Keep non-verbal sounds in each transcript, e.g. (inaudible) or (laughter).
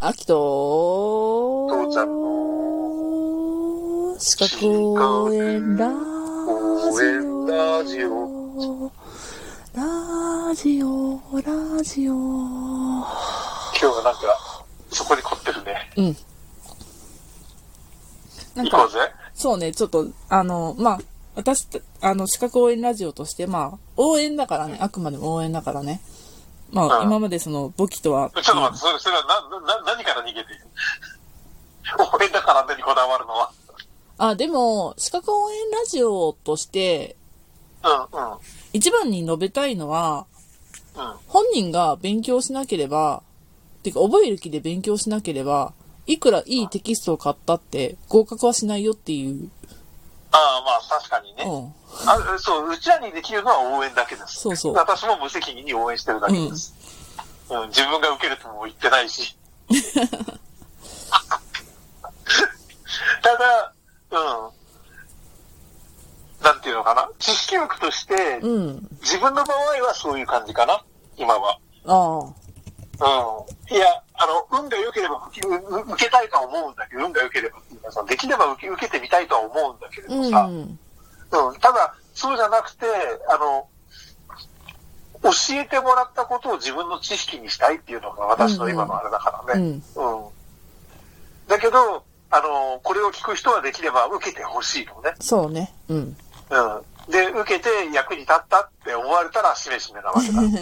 アキト父ちゃんの四角応援ラジオラジオラジオ今日はなんか、そこに凝ってるね。うんなん行こかうぜ。そうねちょっとあのまあ私たあの四角応援ラジオとしてまあ応援だからねあくまでも応援だからねまあ、うん今までその簿記とはちょっと待って、それ、それはな、な、何から逃げている応援だから何にこだわるのは。あでも四角応援ラジオとしてうん、うん、一番に述べたいのはうん。本人が勉強しなければ、てか覚える気で勉強しなければ、いくらいいテキストを買ったって合格はしないよっていう。ああ、まあ確かにねう。ん。あそう、うちらにできるのは応援だけです。そうそう私も無責任に応援してるだけです。うん、自分が受けるとも言ってないし。ただ、うん。なんていうのかな。知識欲として、うん。自分の場合はそういう感じかな。今は。あうん。いや、あの、運が良ければ受け、う受けたいとは思うんだけど、運が良ければっていうかさ、できれば受け受けてみたいとは思うんだけれどさ、あ。うん。うん、ただ、そうじゃなくて、あの、教えてもらったことを自分の知識にしたいっていうのが私の今のあれだからね。うんだけど、あの、これを聞く人はできれば受けてほしいのね。そうね。うん。うん。で、受けて役に立ったって思われたらしめしめなわけ (laughs) だ。うん。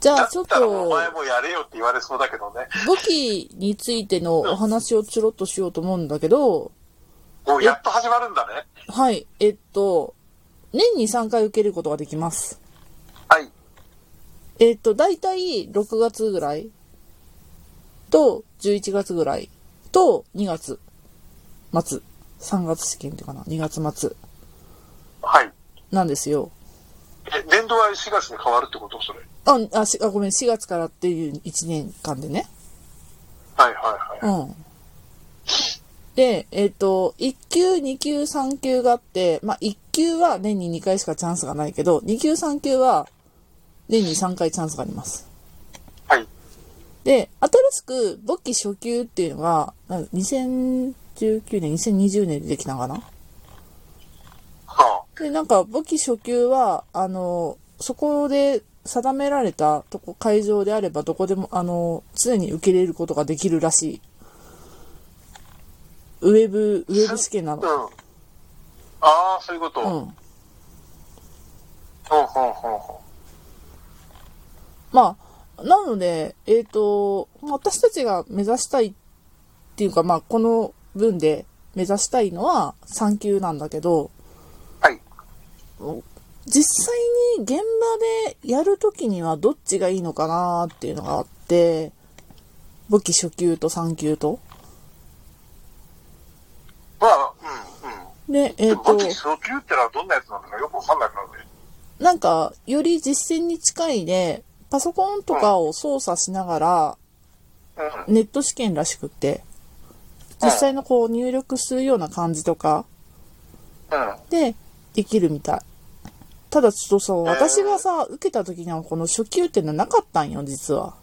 じゃだあちょっったらおと、前もやれよって言われそうだけどね。武器についてのお話をちょろっとしようと思うんだけど、もうやっと始まるんだね。はい。えっと、年に3回受けることができます。はい。えっと、だいたい6月ぐらいと11月ぐらいと2月末、3月試験っていうかな、2月末はい。なんですよ。え、年度は4月で変わるってことそれ。あ、あ、しあごめん、4月からっていう1年間でね。はいはいはうん。で、えっ、と、1級、2級、3級があって、まあ、1級は年に2回しかチャンスがないけど、2級、3級は年に3回チャンスがあります。い。はい。で、新しく簿記初級っていうのが、なん2019年、2020年でできたのかなはあ。で、なんか簿記初級は、あの、そこで定められたとこ、会場であればどこでも、あの、常に受け入れることができるらしい。ウェブ、ウェブ試験なうの。ん。ああ、そういうこと。ううん、うん、うんん。うまあ、なので、えっ、と、私たちが目指したいっていうか、まあ、この分で目指したいのは3級なんだけど、ん。はい。実際に現場でやるときにはどっちがいいのかなっていうのがあって、簿記初級と3級と。まあ、うん、うん。で、えっ、ボディと、初級ってのはどんなやつなのかよくわかんなくなるね。なんか、より実践に近いで、パソコンとかを操作しながら、うん。ネット試験らしくって、実際のこう入力するような感じとかうん。でできるみたい。ただちょっとそう、私がさ、受けた時にはこの初級っていうのはなかったんよ、実は。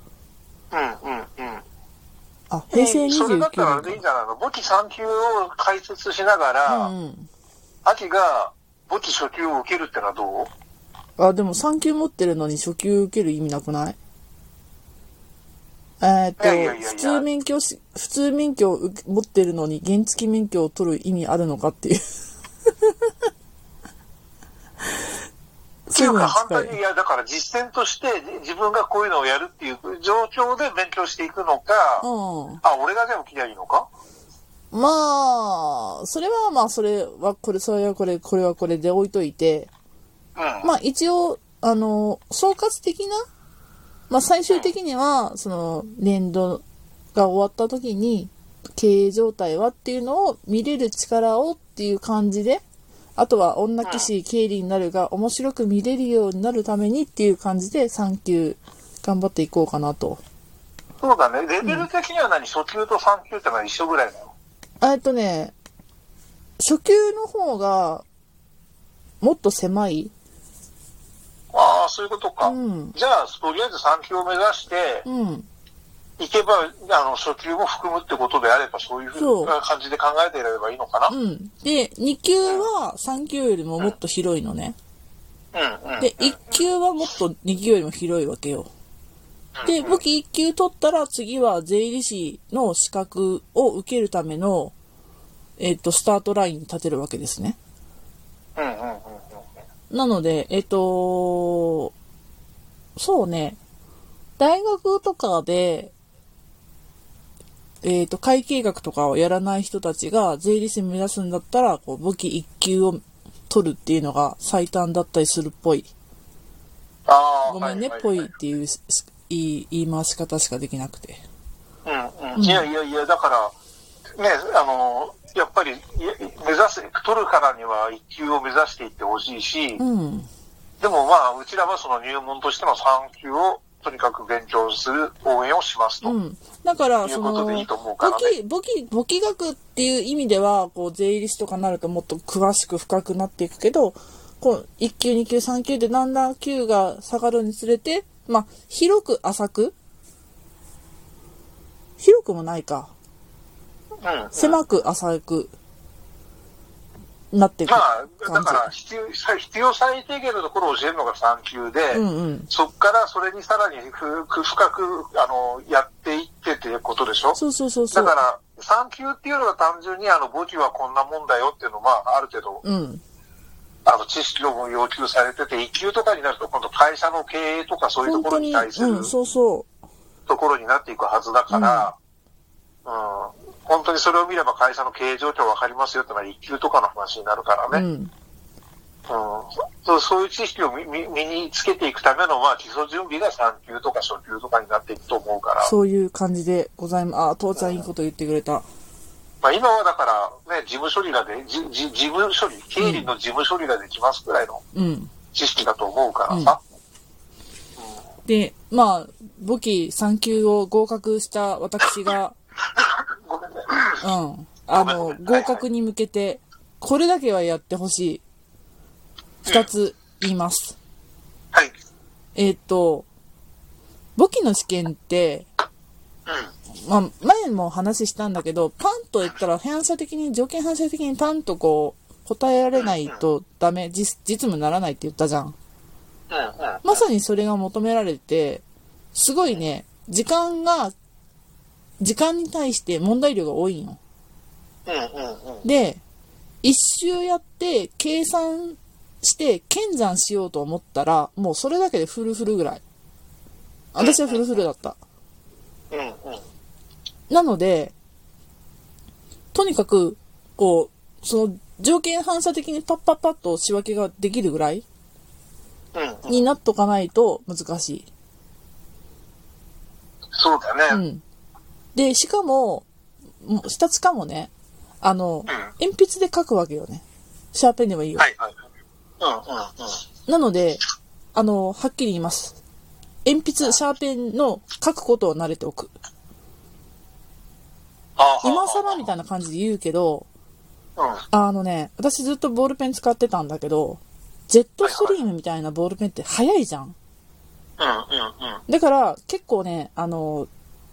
うん、うん、うん。あ、平成それだったらあ29れでいい年んじゃないの簿記3級を解説しなかが、らうんうん。秋が簿記初級を受けるってのはどうあ、でも3級持ってるのに初級受ける意味なくないえーっといやいやいやいや普通免許し、普通免許を受け持ってるのに原付免許を取る意味あるのかっていう。 (laughs) ってそいういううのがか、反近対に、いい。や、だから実践としてじ自分がこういうのをやるっていう状況で勉強していくのか、うあ、俺がじゃあ起きりゃいいのかん。まあ、それはまあ、それはこれ、それはこれ、これはこれで置いといて、うん。まあ一応、あの、総括的な、まあ最終的には、その、年度が終わった時に、経営状態はっていうのを見れる力をっていう感じで、あとは女騎士経理になるが面白く見れるようになるためにっていう感じで3級頑張っていこうかなと。そうだね。レベル的には何、初級と3級ってのは一緒ぐらいなのえっとね、初級の方がもっと狭いああ、そういうことか。うんじゃあ、とりあえず3級を目指して、うん。いけば、あの、初級も含むってことであれば、そういうふそううな感じで考えていればいいのかな。ううん、ん。で、2級は3級よりももっと広いのね。うん、で、1級はもっと2級よりも広いわけよ。で、武器1級取ったら次は税理士の資格を受けるための、えっ、と、スタートラインに立てるわけですね。うん、うん、うん。なので、えっ、と、そうね、大学とかで、えっ、と、会計学とかをやらない人たちが税理士目指すんだったら、こう、武器1級を取るっていうのが最短だったりするっぽい。ああ、ごめんね、ははぽはいっていうし言い言い回し方しかできなくて。うんうんいやいやいや、だから、ね、あの、やっぱり、い目指す、取るからには一級を目指していってほしいし、うん。でもまあ、うちらはその入門としての3級をとにかく勉強する応援をしますと。ううん、うん、ん。だから、いうそことの、でいいと思うから簿ね記、簿記、簿記学っていう意味では、こう、税理士とかなるともっと詳しく深くなっていくけど、こう、1級、2級、3級でだんだん級が下がるにつれて、まあ、広く浅く広くもないか。狭く浅くなっていくま感あ、じ。だから必要、さ必要最低限のところを教えるのが3級で、うんうん。そっからそれにさらにふく深く、あの、やっていってっていうことでしょそうそうそうそだう。から、3級っていうのは単純に、あの、簿記はこんなもんだよっていうのは、まあ、ある程度、うん。あの、知識を要求されてて、一級とかになると、今度会社の経営とかそういうと本こ当ろに、に対するうん、そうそう。ところになっていくはずだから、うん、本当にそれを見れば会社の経営状況わかりますよってのは一級とかの話になるからね。うんうん。そうそういう知識を身身身につけていくための、まあ、基礎準備が3級とか初級とかになっていくと思うから、そういう感じでございます。あ、父ちゃんいいこと言ってくれた。まあ、今はだから、ね、事務処理がで、じじ事務処理、経理の事務処理ができますくらいのうん。知識だと思うからさ。で、まあ、簿記3級を合格した私 (laughs) が、ごめんね。うん。あの、合格に向けて、これだけはやってほしい。二つ言います。はい。えっ、と、簿記の試験って、うん。まあ、前も話したんだけど、パンと言ったら反射的に、条件反射的にパンとこう、答えられないとダメ、実実務ならないって言ったじゃん。うんうんまさにそれが求められて、すごいね、時間が、時間に対して問題量が多いんよ。うんうんうんで、一周やって、計算して、検算しようと思ったら、もうそれだけでフルフルぐらい。私はフルフルだった。うんうんなので、とにかく、こう、その、条件反射的にパッパッパッと仕分けができるぐらいうんうんになっとかないと難しい。そうだうね。ん。で、しかも、もう下つかもね、あの、う鉛筆で書くわけよね。シャーペンでもいいよ。はいはい。うんうんうん。なので、あの、はっきり言います。鉛筆、シャーペンの書くことを慣れておく。あー今更みたいな感じで言うけど、うん。あのね、私ずっとボールペン使ってたんだけど、ジェットストリームみたいなボールペンって早いじゃん。うんうんうん。だから、結構ね、あの、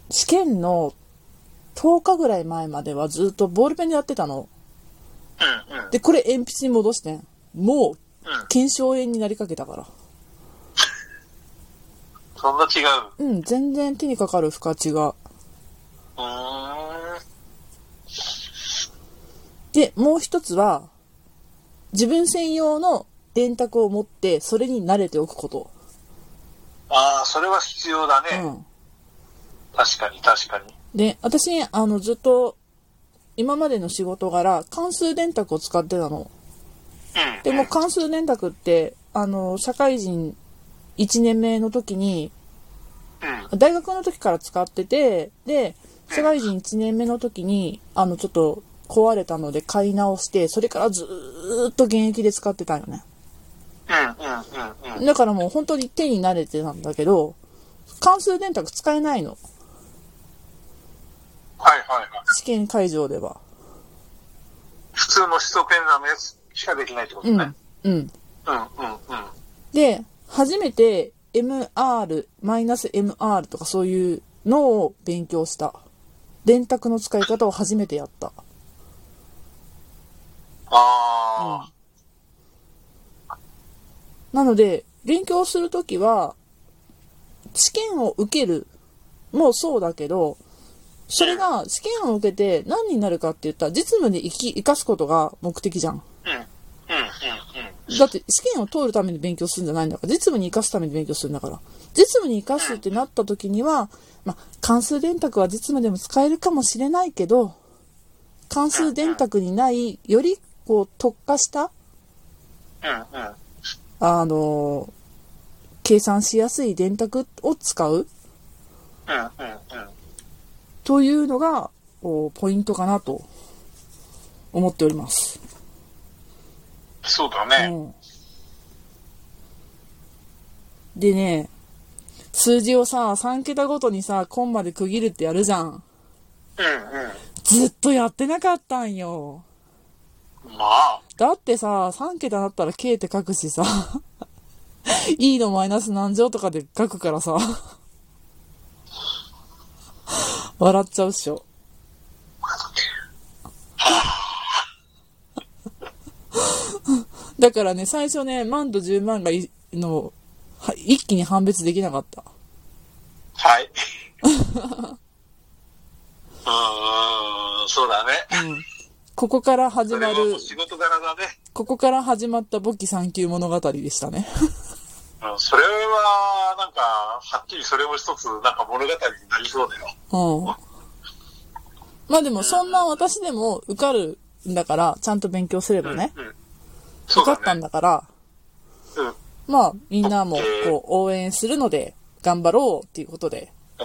試験の10日ぐらい前まではずっとボールペンでやってたの。うんうん。で、これ鉛筆に戻してん。もううん、検証炎になりかけたから。そんな違う。うん、全然手にかかる深値が。うーん。で、もう一つは、自分専用の電卓を持って、それに慣れておくこと。ああ、それは必要だうね。ん。確かに確かに。で、私、あの、ずっと、今までの仕事柄、関数電卓を使ってたの。うでも関数電卓って、あの、社会人1年目の時に、ん。うん。大学の時から使ってて、で、社会人1年目の時に、あの、ちょっと壊れたので買い直して、それからずーっと現役で使ってたんよね。うんうんうんうん。だからもう本当に手に慣れてたんだけど、関数電卓使えないの。はいはいはい。試験会場では。普通の首都圏なのやつしかできないってことうねん。。うん。うんうんうん。で、初めて MR、マイナス MR とかそういうのを勉強した。電卓の使い方を初めてやった。ああ、なので、勉強するときは、試験を受けるもそうだけど、それが試験を受けて何になるかって言ったら、実務で生き、生かすことが目的じゃん。うん、うん、うん、だって試験を通るために勉強するんじゃないんだから、実務に生かすために勉強するんだから。実務に生かすってなった時には、まあ、関数電卓は実務でも使えるかもしれないけど、関数電卓にない、よりこう特化した、うん、うん、うん。あの、計算しやすい電卓を使ううんうんうん。というのが、こうポイントかなと思っております。そうだね。うんでね、数字をさ、3桁ごとにさ、コンマで区切るってやるじゃん。うんずっとやってなかったんよ。うん。まあ、だってさ、3桁だったら K って書くしさ、E のマイナス何乗とかで書くからさ、 (laughs) 笑っちゃうっしょ。だからね、最初ね、万と10万がいの、は一気に判別できなかった。はい。 (laughs) うーん、そうだね。ここから始それまはる、もう仕事柄だね。ここから始まった簿記三級物語でしたね。うん、それは、なんか、はっきりそれも一つ、なんか物語になりそうだよ。うん。まあでも、そんな私でも受かるんだから、ちゃんと勉強すればね、うん。そ受うかだったんね。だから、うん。まあ、みんなも、こう、応援するので、頑張ろうっていうことで、